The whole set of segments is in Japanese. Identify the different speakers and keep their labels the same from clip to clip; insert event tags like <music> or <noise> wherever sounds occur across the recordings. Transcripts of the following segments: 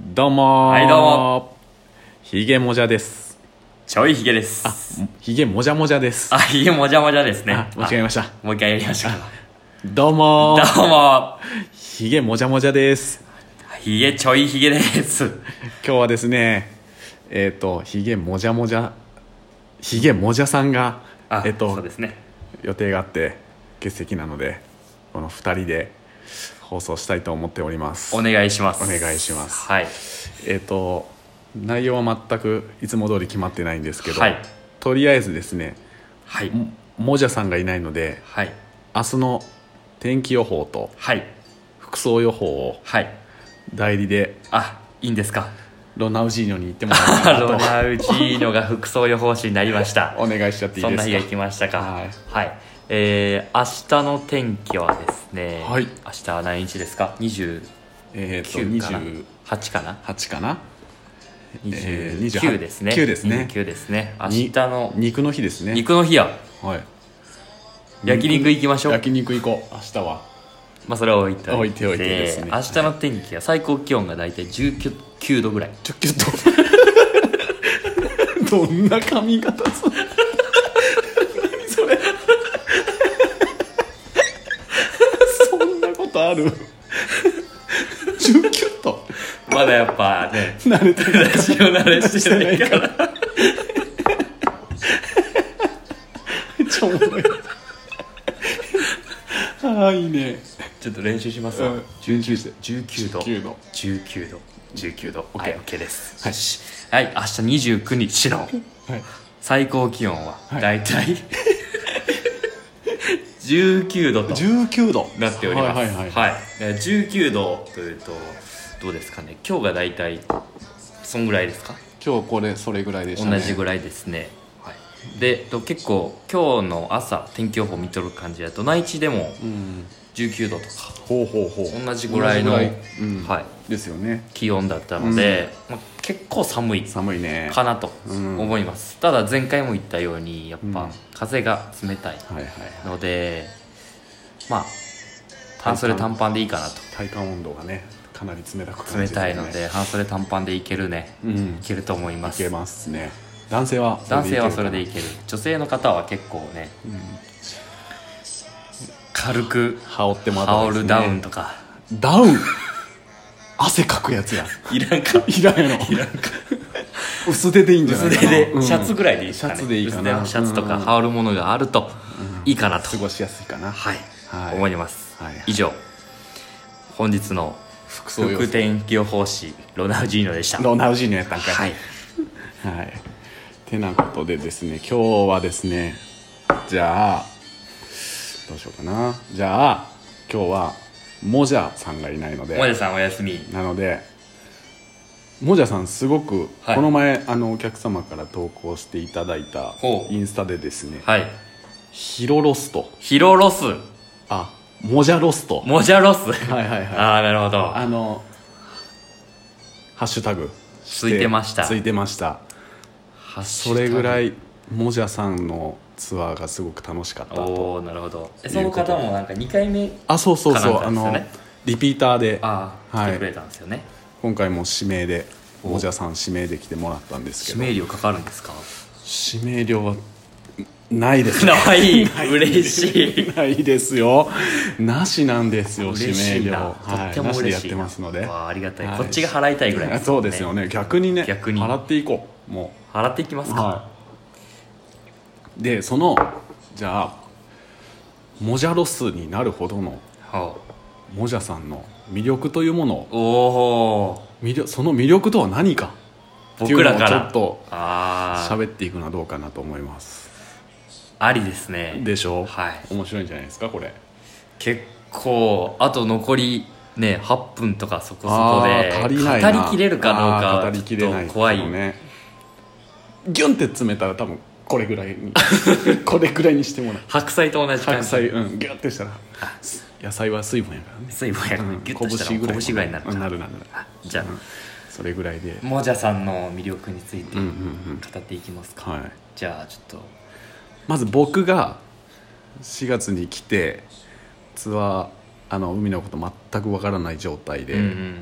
Speaker 1: どうもー
Speaker 2: はいどうも
Speaker 1: ひげもじゃです
Speaker 2: ちょいひげです。
Speaker 1: ひげもじゃもじゃです
Speaker 2: あ、ひげもじゃもじゃですね。
Speaker 1: あ間違えました
Speaker 2: あもう一回やりましょう。
Speaker 1: どうもー
Speaker 2: どうも、
Speaker 1: ひげもじゃもじゃです
Speaker 2: ひげちょいひげです。
Speaker 1: 今日はですねえっ、とひげもじゃもじゃひげもじゃさんが
Speaker 2: あ、
Speaker 1: えっ
Speaker 2: そう
Speaker 1: と
Speaker 2: ですね。
Speaker 1: 予定があって欠席なのでこの2人で放送したいと思っております
Speaker 2: お願いします。
Speaker 1: お願いします
Speaker 2: はい。
Speaker 1: えっ、と内容は全くいつも通り決まってないんですけど、
Speaker 2: はい
Speaker 1: とりあえずですね
Speaker 2: はい。
Speaker 1: もじゃさんがいないので
Speaker 2: はい。
Speaker 1: 明日の天気予報と
Speaker 2: はい。
Speaker 1: 服装予報を
Speaker 2: はい。
Speaker 1: 代理で
Speaker 2: あ、いいんですか。
Speaker 1: ロナウジーニョに行ってもらおうかな
Speaker 2: ロナウジーノが服装予報士になりました。
Speaker 1: とお願いしちゃって <laughs> い
Speaker 2: そ
Speaker 1: い
Speaker 2: ん
Speaker 1: で
Speaker 2: な日が
Speaker 1: す
Speaker 2: 来ましたか。
Speaker 1: はい
Speaker 2: えー、明日の天気はですね、
Speaker 1: はい
Speaker 2: 明日は何日ですか ?29
Speaker 1: かえっ、
Speaker 2: かな
Speaker 1: と
Speaker 2: 8かな
Speaker 1: 28かなえー
Speaker 2: 29ですね
Speaker 1: 29ですね
Speaker 2: 29ですね明
Speaker 1: に
Speaker 2: 日の
Speaker 1: 肉の日ですね
Speaker 2: 肉の日や
Speaker 1: はい
Speaker 2: 焼肉行きましょう
Speaker 1: 焼肉行こう明日は
Speaker 2: まあそれは置いて
Speaker 1: 置いておいてですね
Speaker 2: 明日の天気が最高気温が大体19 9度ぐらい
Speaker 1: ちょきゅっと <laughs> どんな髪型する何 <laughs> それ <laughs> そんなことある <laughs> ちょきゅっと
Speaker 2: まだやっぱね
Speaker 1: 慣れてない
Speaker 2: <laughs> ラジオ慣れしてないから
Speaker 1: めっちゃおもろい <laughs> ああいいね
Speaker 2: <laughs> ちょっと練習します
Speaker 1: う
Speaker 2: わ
Speaker 1: ん練習して
Speaker 2: 19度
Speaker 1: 19度
Speaker 2: 19度19度 OK、はい、OK です
Speaker 1: はい
Speaker 2: しはい明日29日の
Speaker 1: はい
Speaker 2: 最高気温は
Speaker 1: はい
Speaker 2: 大体、19度と
Speaker 1: 19度
Speaker 2: なっております
Speaker 1: はいはいはい、
Speaker 2: はいえー19度というとどうですかね今日が大体そんぐらいですか、
Speaker 1: 今日これそれぐらいでしたね
Speaker 2: 同じぐらいですね、はい、でと結構今日の朝天気予報見とる感じだと内地でも
Speaker 1: うん
Speaker 2: 19度とか
Speaker 1: ほうほうほう
Speaker 2: 同じぐらいの
Speaker 1: 同じぐらいうん
Speaker 2: はい、
Speaker 1: ですよね
Speaker 2: 気温だったので、まあ、結構寒い
Speaker 1: 寒いね
Speaker 2: かなと
Speaker 1: うん
Speaker 2: 思います、ただ前回も言ったようにやっ
Speaker 1: う
Speaker 2: ぱ
Speaker 1: ん
Speaker 2: 風が冷たい
Speaker 1: はいはいはい
Speaker 2: ので、まあ半袖短パンでいいかなと
Speaker 1: 体感温度がねかなり冷たく感
Speaker 2: 冷
Speaker 1: じる
Speaker 2: た
Speaker 1: ね
Speaker 2: いので半袖短パンでいけるね
Speaker 1: うん
Speaker 2: いけると思いま
Speaker 1: いけ
Speaker 2: す
Speaker 1: ますね男性は
Speaker 2: 男性はそれでい
Speaker 1: け
Speaker 2: ける女性の方は結構ね
Speaker 1: るかな、
Speaker 2: 軽く
Speaker 1: うん、羽織ってもらった
Speaker 2: 羽
Speaker 1: 方がい
Speaker 2: 織
Speaker 1: いですね
Speaker 2: るダウンとか
Speaker 1: ダウン汗かくやつや
Speaker 2: いらんか
Speaker 1: いらんやろ <laughs> 薄手でいいんじゃない
Speaker 2: 薄
Speaker 1: かな
Speaker 2: 手で
Speaker 1: うん
Speaker 2: シャツぐらいでいいですかね
Speaker 1: シャツでいいかな
Speaker 2: 薄手のシャツと
Speaker 1: う
Speaker 2: か
Speaker 1: ん
Speaker 2: 羽織るものがあるといいかなと
Speaker 1: 過ごしやすいかな
Speaker 2: はい
Speaker 1: はい
Speaker 2: 思います
Speaker 1: はい
Speaker 2: 以上本日の
Speaker 1: 服装用
Speaker 2: 副
Speaker 1: 品
Speaker 2: 天気予報士ロナウジーノでした
Speaker 1: ロナウジーニョやったんかい
Speaker 2: はい
Speaker 1: はいてなことでですね今日はですねじゃあどうしようかなじゃあ今日はモジャさんがいないの
Speaker 2: 萌
Speaker 1: で
Speaker 2: えさんおやすみ
Speaker 1: なのでモジャさんすごく、
Speaker 2: はい
Speaker 1: この前あのお客様から投稿していただいた
Speaker 2: ほう
Speaker 1: インスタでですね
Speaker 2: はい
Speaker 1: ヒロロスト
Speaker 2: ヒロロス
Speaker 1: あモジャロスト
Speaker 2: モジャロス
Speaker 1: はいはいはい
Speaker 2: ああなるほど
Speaker 1: あのハッシュタグし
Speaker 2: ついてました
Speaker 1: ついてましたそれぐらいもじゃさんのツアーがすごく楽しかったと
Speaker 2: おおなるほどえ
Speaker 1: と
Speaker 2: そ
Speaker 1: いう
Speaker 2: の
Speaker 1: こと
Speaker 2: 方もなんか2回目
Speaker 1: あそうそうそう、
Speaker 2: か
Speaker 1: あ
Speaker 2: なん
Speaker 1: の
Speaker 2: かですよね
Speaker 1: リピーターで
Speaker 2: ああ
Speaker 1: はい
Speaker 2: 来てくれたんですよね、
Speaker 1: 今回も指名で
Speaker 2: お
Speaker 1: もじゃさん指名で来てもらったんですけ
Speaker 2: 指
Speaker 1: ど
Speaker 2: 名料かかるんですか
Speaker 1: 指名料はないです
Speaker 2: かわいい <laughs> 嬉 <laughs> しい
Speaker 1: <laughs> ないですよなしなんですよ指
Speaker 2: 嬉
Speaker 1: 名
Speaker 2: しい
Speaker 1: 料
Speaker 2: な、
Speaker 1: は
Speaker 2: と
Speaker 1: い
Speaker 2: っても
Speaker 1: なしでや
Speaker 2: 嬉
Speaker 1: っ
Speaker 2: しい
Speaker 1: て
Speaker 2: な
Speaker 1: ますので
Speaker 2: わあありがたい、
Speaker 1: はい
Speaker 2: こっちが払いたいぐらい、
Speaker 1: そうですよね逆にね
Speaker 2: 逆に
Speaker 1: 払っていこうもう
Speaker 2: 払っていきますか、
Speaker 1: はい、でそのじゃあモジャロスになるほどの
Speaker 2: は
Speaker 1: モジャさんの魅力というものを
Speaker 2: あおお
Speaker 1: 魅力その魅力とは何かっていう
Speaker 2: 僕ら
Speaker 1: のを
Speaker 2: か
Speaker 1: ちょ
Speaker 2: ら
Speaker 1: っと
Speaker 2: ああ
Speaker 1: 喋っていくのはどうかなと思います
Speaker 2: ありですね
Speaker 1: でしょう、
Speaker 2: はい
Speaker 1: 面白いんじゃないですかこれ
Speaker 2: 結構あと残りね8分とかそこそこ
Speaker 1: あ
Speaker 2: で
Speaker 1: ー足りないな
Speaker 2: 語りきれるかどうか
Speaker 1: あー
Speaker 2: は
Speaker 1: 語り
Speaker 2: ち
Speaker 1: き
Speaker 2: ょ
Speaker 1: れ
Speaker 2: っ
Speaker 1: ない
Speaker 2: と怖い
Speaker 1: けどねギュンって詰めたら多分これぐらい
Speaker 2: <laughs>
Speaker 1: にこれぐらいにしてもらう
Speaker 2: 白菜と同じ感
Speaker 1: 白
Speaker 2: じ
Speaker 1: 菜うんギュッてしたら野菜は水分やからね
Speaker 2: 水分やからギュッとしたらもう拳ぐらいになる
Speaker 1: うん
Speaker 2: から
Speaker 1: なるなるなる
Speaker 2: じゃ
Speaker 1: それぐらいで
Speaker 2: あもじゃさんの魅力について
Speaker 1: うんうん
Speaker 2: 語
Speaker 1: うん
Speaker 2: っていきますか、
Speaker 1: はい
Speaker 2: じゃあちょっ
Speaker 1: まず僕が4月に来てツアーあの海のこと全くわからない状態
Speaker 2: と
Speaker 1: で、
Speaker 2: うんうんうん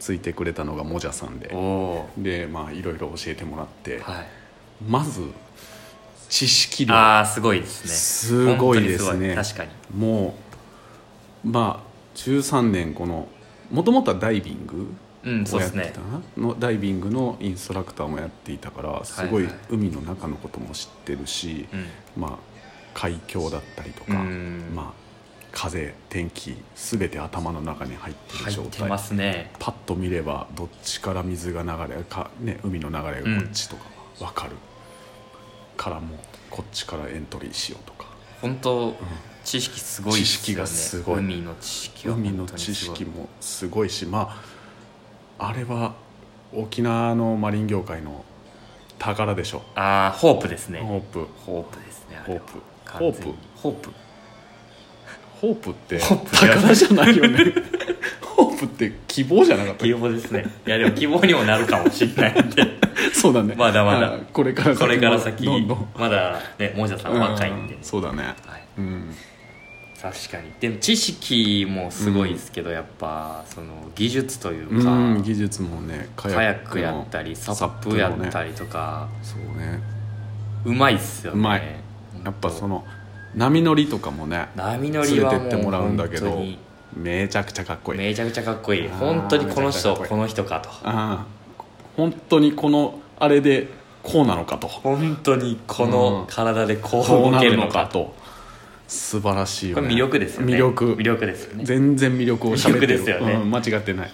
Speaker 1: ついてくれたのがもじゃさんで
Speaker 2: おお
Speaker 1: でまあいろいろ教えてもらって、
Speaker 2: ーはい
Speaker 1: まず知識量
Speaker 2: ああすごいですね
Speaker 1: すごいですね
Speaker 2: 本当にすごい確かに
Speaker 1: もうまあ13年このもともとはダイビング
Speaker 2: うんそ
Speaker 1: を
Speaker 2: うで
Speaker 1: やっ
Speaker 2: す
Speaker 1: て
Speaker 2: ね
Speaker 1: たな、のダイビングのインストラクターもやっていたからすごい
Speaker 2: はいはい
Speaker 1: 海の中のことも知ってるし、
Speaker 2: うん
Speaker 1: まあ海峡だったりとか、
Speaker 2: うん
Speaker 1: まあ風天気全て頭の中に入ってる
Speaker 2: 入
Speaker 1: 状
Speaker 2: って
Speaker 1: 態
Speaker 2: ますね
Speaker 1: パッと見ればどっちから水が流れか、ね、海の流れがこっちとか分かる、からもうこっちからエントリーしようとか
Speaker 2: 本当知識すごいっ
Speaker 1: 知識がすごい
Speaker 2: 海の知識は
Speaker 1: 海の
Speaker 2: 本当に
Speaker 1: 知
Speaker 2: すごい
Speaker 1: 識もすごいしまああれは沖縄のマリン業界の宝でしょ
Speaker 2: ああホープですね
Speaker 1: ホープ
Speaker 2: ホープですねあ
Speaker 1: ホ
Speaker 2: れ
Speaker 1: ー
Speaker 2: は
Speaker 1: プホ
Speaker 2: 完
Speaker 1: ー
Speaker 2: 全
Speaker 1: プ
Speaker 2: にホープ
Speaker 1: ホープって
Speaker 2: ホープ
Speaker 1: 宝じゃないよね <laughs> ホープって希望じゃなかったっ
Speaker 2: 希
Speaker 1: け
Speaker 2: 望ですねいやでも希望にもなるかもしれない
Speaker 1: <laughs>
Speaker 2: んで
Speaker 1: そうだね
Speaker 2: まだまだ
Speaker 1: あこれから先
Speaker 2: これから
Speaker 1: も
Speaker 2: 先
Speaker 1: どんどん
Speaker 2: まだねもじゃさんは若いんで、
Speaker 1: うそうだね
Speaker 2: はい、
Speaker 1: うん
Speaker 2: 確かにでも知識もすごいですけど、やっぱその技術というか、
Speaker 1: うん技術もねカ
Speaker 2: カ
Speaker 1: ヤ
Speaker 2: ヤッ
Speaker 1: ッ
Speaker 2: ク
Speaker 1: ク
Speaker 2: やったりサップやった
Speaker 1: り
Speaker 2: りとか、
Speaker 1: そうね
Speaker 2: うまいっすよね
Speaker 1: うまいやっぱその波乗りとかもね
Speaker 2: 波乗
Speaker 1: 連
Speaker 2: り
Speaker 1: れ
Speaker 2: は
Speaker 1: て
Speaker 2: もう
Speaker 1: ってもらうんだけ
Speaker 2: 本当
Speaker 1: ど
Speaker 2: に
Speaker 1: めちゃくちゃかっこいい
Speaker 2: めちゃくちゃかっこいい
Speaker 1: あー
Speaker 2: 本当にこの人
Speaker 1: めちゃくちゃかっこいい
Speaker 2: この人かと
Speaker 1: ああ本当にこのあれでこうなのかと
Speaker 2: 本当にこの体で
Speaker 1: こ
Speaker 2: こう
Speaker 1: う
Speaker 2: 動
Speaker 1: な
Speaker 2: け
Speaker 1: る
Speaker 2: るの
Speaker 1: のか
Speaker 2: か
Speaker 1: と素晴らしい
Speaker 2: こ
Speaker 1: よ、ね、
Speaker 2: れ魅力ですよね
Speaker 1: 魅力
Speaker 2: 魅力ですよね
Speaker 1: 全然魅力をしゃべってる
Speaker 2: 魅力ですよね
Speaker 1: うん、間違ってない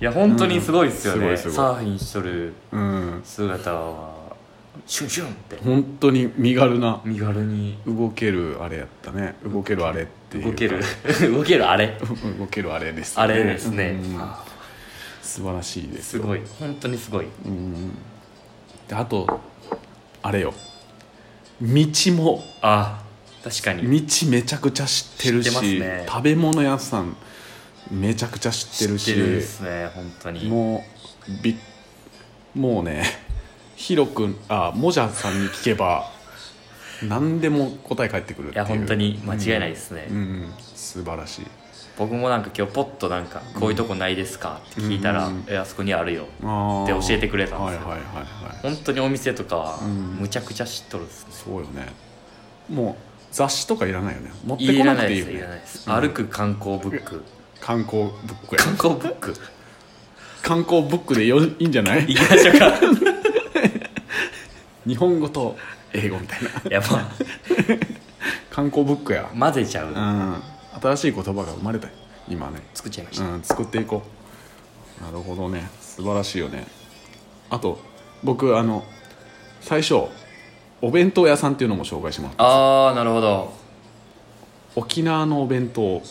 Speaker 2: いや本当にすごいっすよね、
Speaker 1: うんすごいすごい
Speaker 2: サーフィンしとる
Speaker 1: うん
Speaker 2: 姿はシュンシュンって
Speaker 1: 本当に身軽な
Speaker 2: 身軽に
Speaker 1: 動けるあれやったね動けるあれっていうか
Speaker 2: 動ける動けるあれ
Speaker 1: うん <laughs> 動けるあれですよ
Speaker 2: あ
Speaker 1: ね、
Speaker 2: れですね、
Speaker 1: うん
Speaker 2: あ
Speaker 1: 素晴らしいです
Speaker 2: す
Speaker 1: よ
Speaker 2: ごい本当にすごい
Speaker 1: うんであとあれよ道も
Speaker 2: あ確か
Speaker 1: 道
Speaker 2: に
Speaker 1: めちゃくちゃ知ってる
Speaker 2: 知
Speaker 1: し
Speaker 2: ってますね
Speaker 1: 食べ物屋さんめちゃくちゃ知ってるし
Speaker 2: 知ってですね本当に
Speaker 1: もうびもうねヒロ君あもじゃさんに聞けば何でも答え返ってくるっていう
Speaker 2: いや本当に間違いないですね、
Speaker 1: うん、うん素晴らしい
Speaker 2: 僕もなんか今日ポッとなんかこういうとこないですかって聞いたら、
Speaker 1: うん
Speaker 2: えあそこにあるよ
Speaker 1: あ
Speaker 2: で
Speaker 1: ー
Speaker 2: 教えてくれたんで
Speaker 1: は
Speaker 2: す
Speaker 1: い
Speaker 2: よ
Speaker 1: はいはいはい
Speaker 2: 本当にお店とかは
Speaker 1: うん
Speaker 2: むちゃくちゃ知っとるっすね、
Speaker 1: そうよねもう雑誌とかいらないよね持ってこ
Speaker 2: ら
Speaker 1: な
Speaker 2: な
Speaker 1: く
Speaker 2: い
Speaker 1: てい
Speaker 2: で
Speaker 1: いよ
Speaker 2: すいらない
Speaker 1: ね
Speaker 2: です、
Speaker 1: うん
Speaker 2: 歩く観光ブック
Speaker 1: 観光ブックや
Speaker 2: 観光ブック
Speaker 1: 観光ブックでよいいんじゃない
Speaker 2: <laughs> 行きましょうか
Speaker 1: 日本語と英語みたいな
Speaker 2: やっぱ
Speaker 1: <laughs> 観光ブックや
Speaker 2: <laughs> 混ぜちゃう、
Speaker 1: うん新しい言葉が生まれたよ今ね
Speaker 2: 作っちゃいました、
Speaker 1: うん、作っていこうなるほどね素晴らしいよねあと僕あの最初お弁当屋さんっていうのも紹介します
Speaker 2: ああなるほど
Speaker 1: 沖縄のお弁当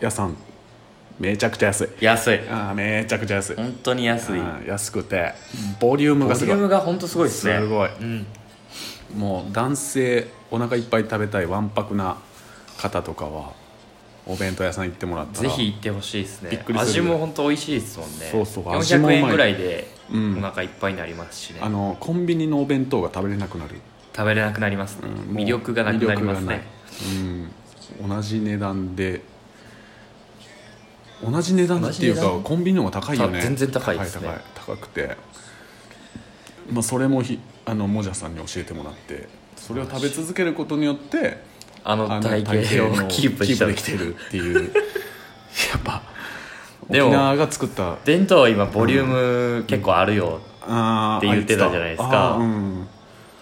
Speaker 1: 屋さんめちゃくちゃ安い
Speaker 2: 安い
Speaker 1: あーめちゃくちゃ安い
Speaker 2: 本当に安い
Speaker 1: うん安くてボリューム
Speaker 2: ボ
Speaker 1: が
Speaker 2: リ
Speaker 1: す
Speaker 2: ュ
Speaker 1: ごい
Speaker 2: ームが本当すごいですね
Speaker 1: すごい
Speaker 2: うん、
Speaker 1: もう男性お腹いっぱい食べたいわんぱくな方とかはお弁当屋さん行ってもらった
Speaker 2: ぜ
Speaker 1: ら
Speaker 2: ひ行ってほしいですね
Speaker 1: びっくりする
Speaker 2: 味も本当美味しいですもんね
Speaker 1: そうそう味もうま
Speaker 2: 400
Speaker 1: い
Speaker 2: 円ぐらいで
Speaker 1: うん
Speaker 2: お腹いっぱいになりますしね、
Speaker 1: あのコンビニのお弁当が食べれなくなる
Speaker 2: 食べれなくなりますね、
Speaker 1: うんもう
Speaker 2: 魅力がなくなりま
Speaker 1: 魅
Speaker 2: す
Speaker 1: 力がない
Speaker 2: ね
Speaker 1: うん、同じ値段で同じ値段っていうか
Speaker 2: 同じ値段
Speaker 1: コンビニの方が高いよね
Speaker 2: た全然高いですね
Speaker 1: 高い高い高くて、まあ、それもひあのもじゃさんに教えてもらってそれを食べ続けることによって
Speaker 2: あの体型を
Speaker 1: の
Speaker 2: キープした
Speaker 1: できてるって
Speaker 2: <laughs>
Speaker 1: いうやっぱ沖
Speaker 2: でも
Speaker 1: 縄が作った
Speaker 2: 伝統は今ボリューム結構あるよ、
Speaker 1: あー
Speaker 2: って言ってたじゃないですか
Speaker 1: あいつだあーうん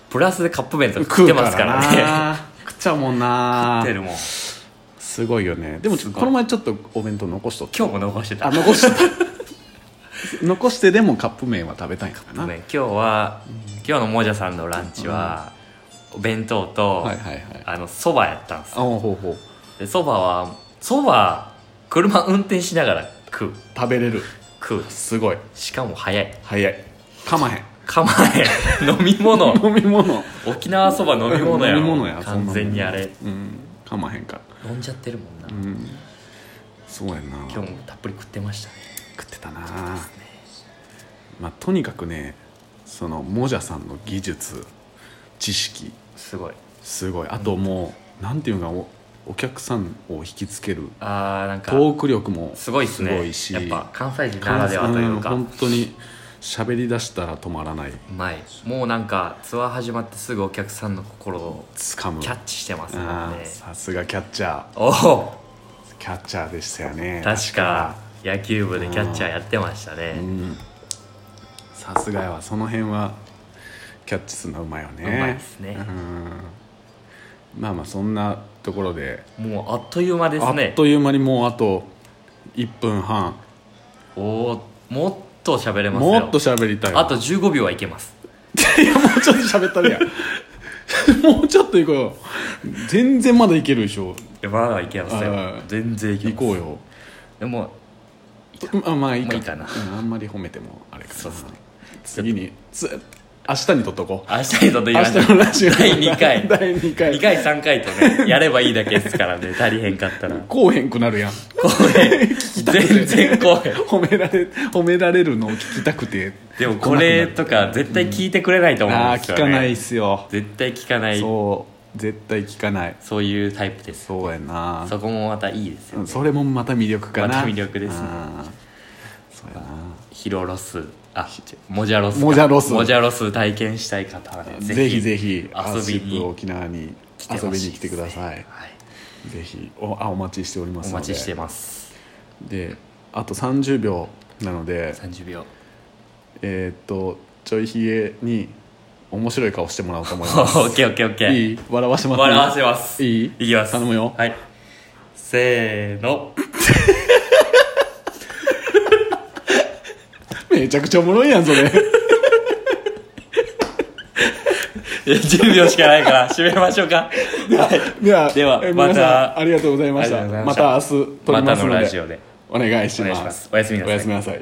Speaker 2: プラスでカップ麺とか食
Speaker 1: 食
Speaker 2: っ
Speaker 1: う
Speaker 2: て
Speaker 1: か
Speaker 2: ますかららね
Speaker 1: な
Speaker 2: <laughs>
Speaker 1: 食っちゃうもんな
Speaker 2: 食ってるもん
Speaker 1: すごいよねでもちょ
Speaker 2: すごい
Speaker 1: この前ちょっとお弁当残しとった
Speaker 2: 今日も残してた
Speaker 1: あ残してた <laughs> 残してでもカップ麺は食べたいんだな
Speaker 2: ごめん今日は今日のもじゃさんのランチは、お弁当と、
Speaker 1: はいはいはい
Speaker 2: あのそばやったんです
Speaker 1: あほうほうほう
Speaker 2: でそばはそば車運転しながら食う
Speaker 1: 食べれる
Speaker 2: 食う
Speaker 1: すごい
Speaker 2: しかも早い
Speaker 1: 早いかまへん
Speaker 2: 構え
Speaker 1: <laughs>
Speaker 2: ん <laughs> 飲み物
Speaker 1: 飲み物
Speaker 2: 沖縄そば飲み物やろ
Speaker 1: 飲み物やそんなもん
Speaker 2: 完全にあれ
Speaker 1: うんかまへんから
Speaker 2: 飲んじゃってるもんな、
Speaker 1: うんそうやな
Speaker 2: 今日もたっぷり食ってましたね
Speaker 1: 食ってたなまあとにかくねそのもじゃさんの技術知識
Speaker 2: すごい
Speaker 1: すごいあともうなんていうのかおお客さんを引きつける
Speaker 2: あーなんか
Speaker 1: トーク力も
Speaker 2: すごいっすね
Speaker 1: すごいし
Speaker 2: やっぱ関西人ならではというか
Speaker 1: うん本当に喋り出したら止まらないう
Speaker 2: まいもうなんかツアー始まってすぐお客さんの心を
Speaker 1: 掴む
Speaker 2: キャッチしてますもん
Speaker 1: あー
Speaker 2: ね
Speaker 1: さすがキャッチャー
Speaker 2: おお
Speaker 1: キャッチャーでしたよね
Speaker 2: 確か野球部でキャッチャーやってましたね
Speaker 1: うんさすがやわその辺はキャッチするのうまいよね
Speaker 2: うまいっすね
Speaker 1: うんまあまあそんなところで
Speaker 2: もうあっという間で
Speaker 1: あ
Speaker 2: す
Speaker 1: っ
Speaker 2: ね
Speaker 1: という間にもうあと1分半
Speaker 2: おおもっと喋れますよ
Speaker 1: もっと喋りたいわ
Speaker 2: あと15秒はいけます
Speaker 1: <laughs> いやも <laughs> うちょっと喋ったるやんもうちょっと行こうよ全然まだいけるでしょ
Speaker 2: いやまだいけます
Speaker 1: あ
Speaker 2: よ
Speaker 1: ー
Speaker 2: 全然いけま
Speaker 1: 行
Speaker 2: す
Speaker 1: こうよ
Speaker 2: でも
Speaker 1: あまあいいか,、
Speaker 2: もういいかな
Speaker 1: うんあんまり褒めてもあれかな
Speaker 2: そうっすね
Speaker 1: 次につ明日にとっとこう
Speaker 2: 明日にとって言
Speaker 1: 明
Speaker 2: わ
Speaker 1: 日のラジオ
Speaker 2: 第2回
Speaker 1: <laughs> 第2回
Speaker 2: 2回3回とねやればいいだけですからね足りへん
Speaker 1: <laughs>
Speaker 2: かったら
Speaker 1: こうへんくなるやん
Speaker 2: 全然怖い
Speaker 1: 褒められ褒められるのを聞きたくて
Speaker 2: でもこれとか絶対聞いてくれないと思うん
Speaker 1: ああ
Speaker 2: です
Speaker 1: 聞
Speaker 2: よ、ね
Speaker 1: かないっすよ
Speaker 2: 絶対聞かないそう
Speaker 1: そう絶対聞かない
Speaker 2: いうタイプです
Speaker 1: そうやな
Speaker 2: そこもまたいいですよ、
Speaker 1: うん
Speaker 2: ね、
Speaker 1: それもまた魅力かな
Speaker 2: また魅力ですね
Speaker 1: あーそうやな
Speaker 2: ヒロロスあ違うモジャロスか
Speaker 1: モジャロス
Speaker 2: モジャロス体験したい方はね
Speaker 1: ぜひぜひ
Speaker 2: 遊び
Speaker 1: アーシップ
Speaker 2: に
Speaker 1: 沖縄に
Speaker 2: 来てほしいです
Speaker 1: 遊
Speaker 2: ね
Speaker 1: びに来てください
Speaker 2: はい
Speaker 1: ぜひおあお待ちしておりま
Speaker 2: お
Speaker 1: すので
Speaker 2: 待ちしてます
Speaker 1: であと30秒なので
Speaker 2: 30秒
Speaker 1: えーっとちょいひげに面白い顔してもらおうと思い
Speaker 2: オ
Speaker 1: ます
Speaker 2: <laughs> ッケーオッケーオッケー
Speaker 1: いい笑わせます
Speaker 2: 笑わせます
Speaker 1: いい
Speaker 2: いきます
Speaker 1: 頼むよ
Speaker 2: はいせーの <laughs>
Speaker 1: めちゃくちゃおもろいやんそれ
Speaker 2: いや10秒しかないから締めましょ
Speaker 1: <laughs>
Speaker 2: うかはい
Speaker 1: では
Speaker 2: では
Speaker 1: え皆
Speaker 2: ま
Speaker 1: さ
Speaker 2: た
Speaker 1: んありがとうございました
Speaker 2: ありがと
Speaker 1: ま
Speaker 2: うございました
Speaker 1: た明日撮り
Speaker 2: ま
Speaker 1: ま
Speaker 2: た
Speaker 1: す
Speaker 2: の
Speaker 1: の
Speaker 2: ラジ
Speaker 1: で
Speaker 2: オで
Speaker 1: お願いし
Speaker 2: お願いし
Speaker 1: ま
Speaker 2: ますすおやすみな
Speaker 1: お
Speaker 2: さ
Speaker 1: や
Speaker 2: い
Speaker 1: すみなさい